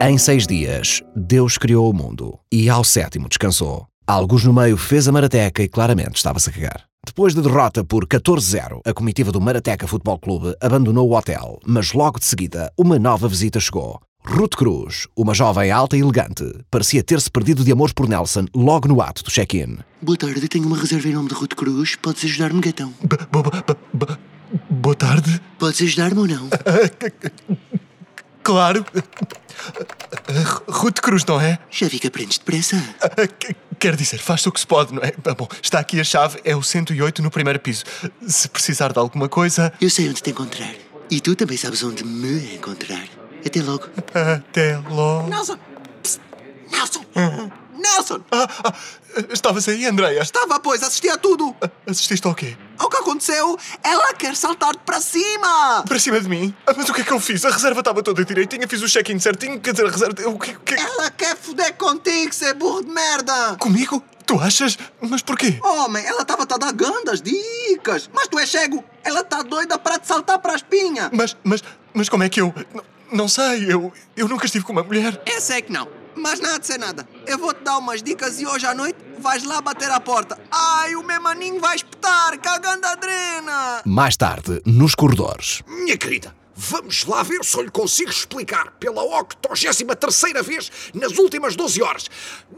Em seis dias, Deus criou o mundo e ao sétimo descansou. Alguns no meio fez a marateca e claramente estava-se a cagar. Depois da derrota por 14-0, a comitiva do Marateca Futebol Clube abandonou o hotel, mas logo de seguida uma nova visita chegou. Ruth Cruz, uma jovem alta e elegante, parecia ter-se perdido de amores por Nelson logo no ato do check-in. Boa tarde, tenho uma reserva em nome de Ruth Cruz. Podes ajudar-me, gatão? Ba- ba- ba- ba- Boa tarde. Podes ajudar-me ou não? Claro. Ruth Cruz, não é? Já vi que aprendes depressa. Qu- Quer dizer, faz o que se pode, não é? Ah, Bom, está aqui a chave, é o 108 no primeiro piso. Se precisar de alguma coisa, Eu sei onde te encontrar. E tu também sabes onde me encontrar. Até logo. até logo. Nelson! Psst. Nelson! Nelson! Ah, ah, estavas aí, Andréia? Estava, pois, assisti a tudo! Assististe ao quê? Ao que aconteceu, ela quer saltar para cima! Para cima de mim? Ah, mas o que é que eu fiz? A reserva estava toda direitinha, fiz o check-in certinho, quer dizer, a reserva. O que, o que... Ela quer foder contigo, cê burro de merda! Comigo? Tu achas? Mas porquê? Homem, ela estava te dando as dicas, mas tu é cego! Ela tá doida para te saltar para a espinha! Mas, mas, mas como é que eu. N- Não sei, eu, eu nunca estive com uma mulher. Eu sei é que não, mas nada de ser nada. Eu vou te dar umas dicas e hoje à noite vais lá bater à porta. Ai, o meu maninho vai espetar, cagando a drena! Mais tarde, nos corredores. Minha querida, vamos lá ver se eu lhe consigo explicar pela 83 vez nas últimas 12 horas.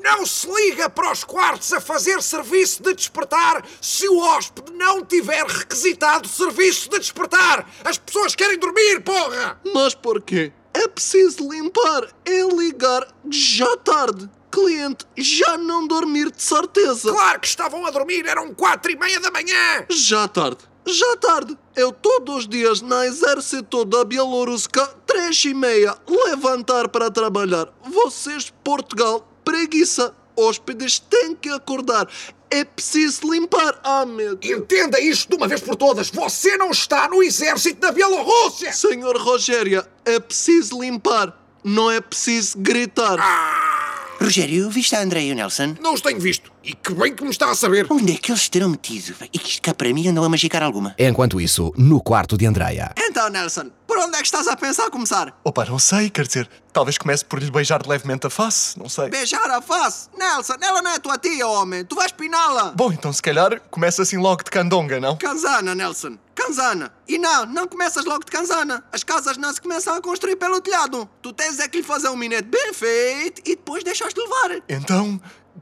Não se liga para os quartos a fazer serviço de despertar se o hóspede não tiver requisitado serviço de despertar. As pessoas querem dormir, porra! Mas porquê? É preciso limpar, é ligar já tarde. Cliente já não dormir de certeza. Claro que estavam a dormir, eram quatro e meia da manhã! Já tarde, já tarde. Eu todos os dias na exército da Bielorrusca, três e meia, levantar para trabalhar. Vocês, Portugal, preguiça. Hóspedes têm que acordar. É preciso limpar, ah, meu Deus. Entenda isto de uma vez por todas, você não está no exército da Bielorrússia! Senhor Rogério, é preciso limpar. Não é preciso gritar. Rogério, viste a André e o Nelson? Não os tenho visto, e que bem que me está a saber! Onde é que eles terão metido? É que isto cá para mim andam a magicar alguma. É. Enquanto isso, no quarto de Andreia. Então, Nelson, por onde é que estás a pensar começar? Opa, não sei, quer dizer, talvez comece por lhe beijar levemente a face, não sei. Beijar a face? Nelson, ela não é tua tia, homem. Tu vais piná-la. Bom, então se calhar começa assim logo de candonga, não? Canzana, Nelson. Canzana. E não, não começas logo de canzana. As casas não se começam a construir pelo telhado. Tu tens é que lhe fazer um minete bem feito e depois deixas-te levar. Então,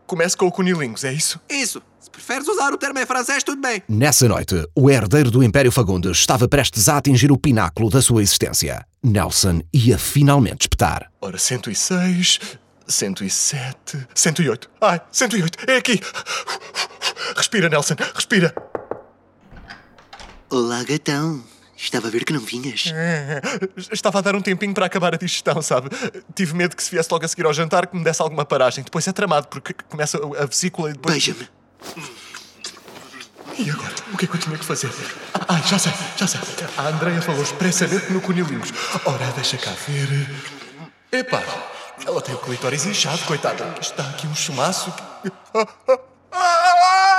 comece com o cunilingus, é isso? Isso. Se preferes usar o termo em francês, tudo bem. Nessa noite, o herdeiro do Império Fagundes estava prestes a atingir o pináculo da sua existência. Nelson ia finalmente espetar. Ora, 106, 107, 108. Ai, 108, é aqui! Respira, Nelson, respira! Olá, gatão. Estava a ver que não vinhas. Estava a dar um tempinho para acabar a digestão, sabe? Tive medo que se viesse logo a seguir ao jantar que me desse alguma paragem. Depois é tramado, porque começa a vesícula e depois. Beija-me. E agora? O que é que eu tinha que fazer? Ah, ah, já sei, já sei. A Andreia falou expressamente no cunilingus. Ora, deixa cá ver. Epá, ela tem o clitóris inchado, coitada. Está aqui um chumaço. Ah, ah, ah!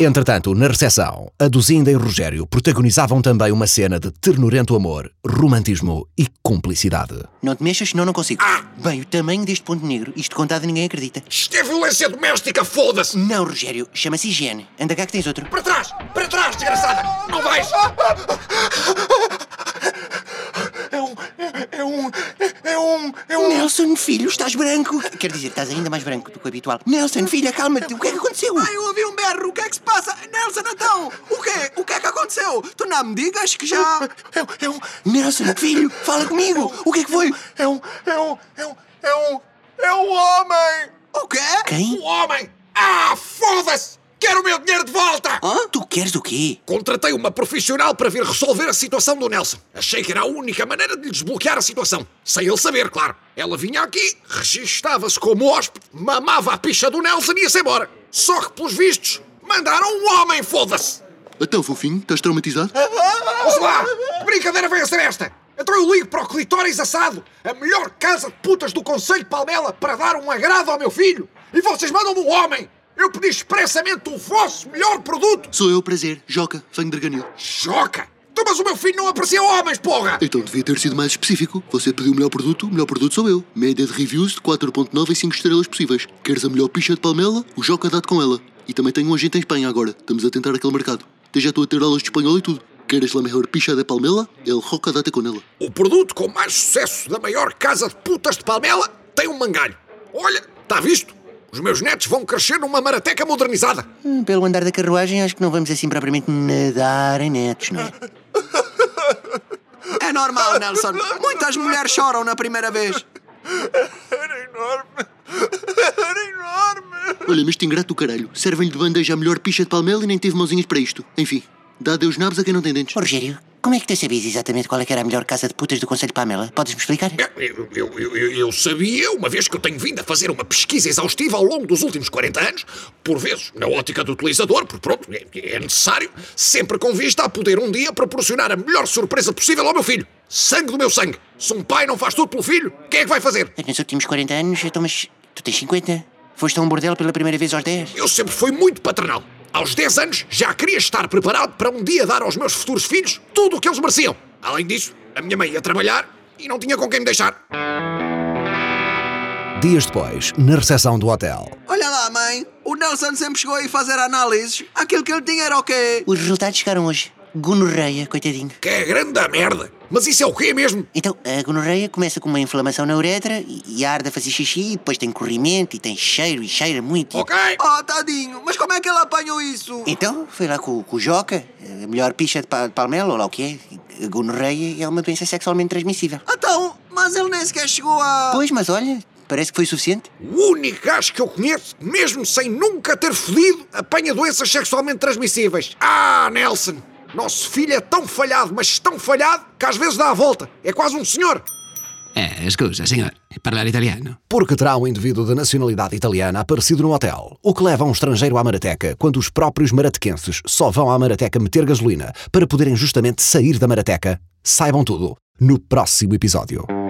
Entretanto, na recepção, a Duzinda e Rogério protagonizavam também uma cena de ternurento amor, romantismo e cumplicidade. Não te mexas, senão não consigo. Bem, o tamanho deste ponto negro, isto contado ninguém acredita. Isto é violência doméstica, foda-se! Não, Rogério, chama-se higiene. Anda cá que tens outro. Para trás! Para trás, desgraçada! Não vais! É um. é- É um. é- É um. É um. Nelson, filho, estás branco. Quer dizer, estás ainda mais branco do que o habitual. Nelson, filha, calma-te. O que é que aconteceu? Ai, eu ouvi um berro. O que é que se passa? Nelson, então? O quê? O que é que aconteceu? Tu não me digas que já... É um. É um. Nelson, filho, fala comigo. O que é que foi? É um. É um. É um. É um. É um homem! O quê? Quem? O homem! Ah, foda-se! Quero o meu dinheiro de volta! Hã? Tu queres o quê? Contratei uma profissional para vir resolver a situação do Nelson. Achei que era a única maneira de lhe desbloquear a situação. Sem ele saber, claro. Ela vinha aqui, registava-se como hóspede, mamava a picha do Nelson e ia-se embora. Só que, pelos vistos, mandaram um homem, foda-se! Então, fofinho, estás traumatizado? Ouve lá! Que brincadeira veio a ser esta? Então eu ligo para o Clitóris Assado, a melhor casa de putas do Conselho de Palmela, para dar um agrado ao meu filho. E vocês mandam-me um homem! Eu pedi expressamente o vosso melhor produto! Sou eu, prazer. Joca, fanho de garganil. Joca! Tu Então, mas o meu filho não aprecia homens, porra! Então devia ter sido mais específico. Você pediu o melhor produto, o melhor produto sou eu. Média de reviews de 4.9 e 5 estrelas possíveis. Queres a melhor picha de palmela? O Joca dá-te com ela. E também tenho um agente em Espanha agora. Estamos a tentar aquele mercado. Até já estou a ter aulas de espanhol e tudo. Queres a melhor picha de palmela? El Roca dá-te com ela. O produto com mais sucesso da maior casa de putas de Palmela tem um mangalho. Olha, está visto? Os meus netos vão crescer numa marateca modernizada. Hum, Pelo andar da carruagem, acho que não vamos assim propriamente nadar em netos, não é? É normal, Nelson. Muitas mulheres choram na primeira vez. Era enorme! Era enorme! Olha, mas te ingrato do caralho. Servem-lhe de bandeja a melhor picha de palmela e nem teve mãozinhas para isto. Enfim, dá Deus nabos a quem não tem dentes. Ó, Rogério, como é que tu sabias exatamente qual é que era a melhor casa de putas do Conselho Pamela? Podes-me explicar? É, Eu, eu- eu- eu- eu sabia, uma vez que eu tenho vindo a fazer uma pesquisa exaustiva ao longo dos últimos 40 anos, por vezes na ótica do utilizador, porque pronto, é, é necessário, sempre com vista a poder um dia proporcionar a melhor surpresa possível ao meu filho. Sangue do meu sangue. Se um pai não faz tudo pelo filho, quem é que vai fazer? Nos últimos 40 anos, então, mas tu tens 50. Foste a um bordel pela primeira vez aos 10. Eu sempre fui muito paternal. Aos 10 anos já queria estar preparado para um dia dar aos meus futuros filhos tudo o que eles mereciam. Além disso, a minha mãe ia trabalhar e não tinha com quem me deixar. Dias depois, na recepção do hotel. Olha lá, mãe. O Nelson sempre chegou aí fazer análises. Aquilo que ele tinha era o quê? Os resultados chegaram hoje. Gonorreia, coitadinho. Que é grande a merda. Mas isso é o quê mesmo? Então, a gonorreia começa com uma inflamação na uretra e e arde a fazer xixi, e depois tem corrimento e tem cheiro e cheira muito. Ok. Oh, tadinho. Mas como é que ele apanhou isso? Então, foi lá com, com o Joca, a melhor picha de pa- de palmela, ou lá o que é. A gonorreia é uma doença sexualmente transmissível. Então, mas ele nem sequer chegou a... Pois, mas olha, parece que foi suficiente. O único gajo que eu conheço, mesmo sem nunca ter fodido, apanha doenças sexualmente transmissíveis. Ah, Nelson! Nosso filho é tão falhado, mas tão falhado, que às vezes dá a volta. É quase um senhor. Eh, scusa, signore, parlare italiano. Porque terá um indivíduo da nacionalidade italiana aparecido no hotel, o que leva um estrangeiro à Marateca, quando os próprios maratequenses só vão à Marateca meter gasolina para poderem justamente sair da Marateca. Saibam tudo no próximo episódio.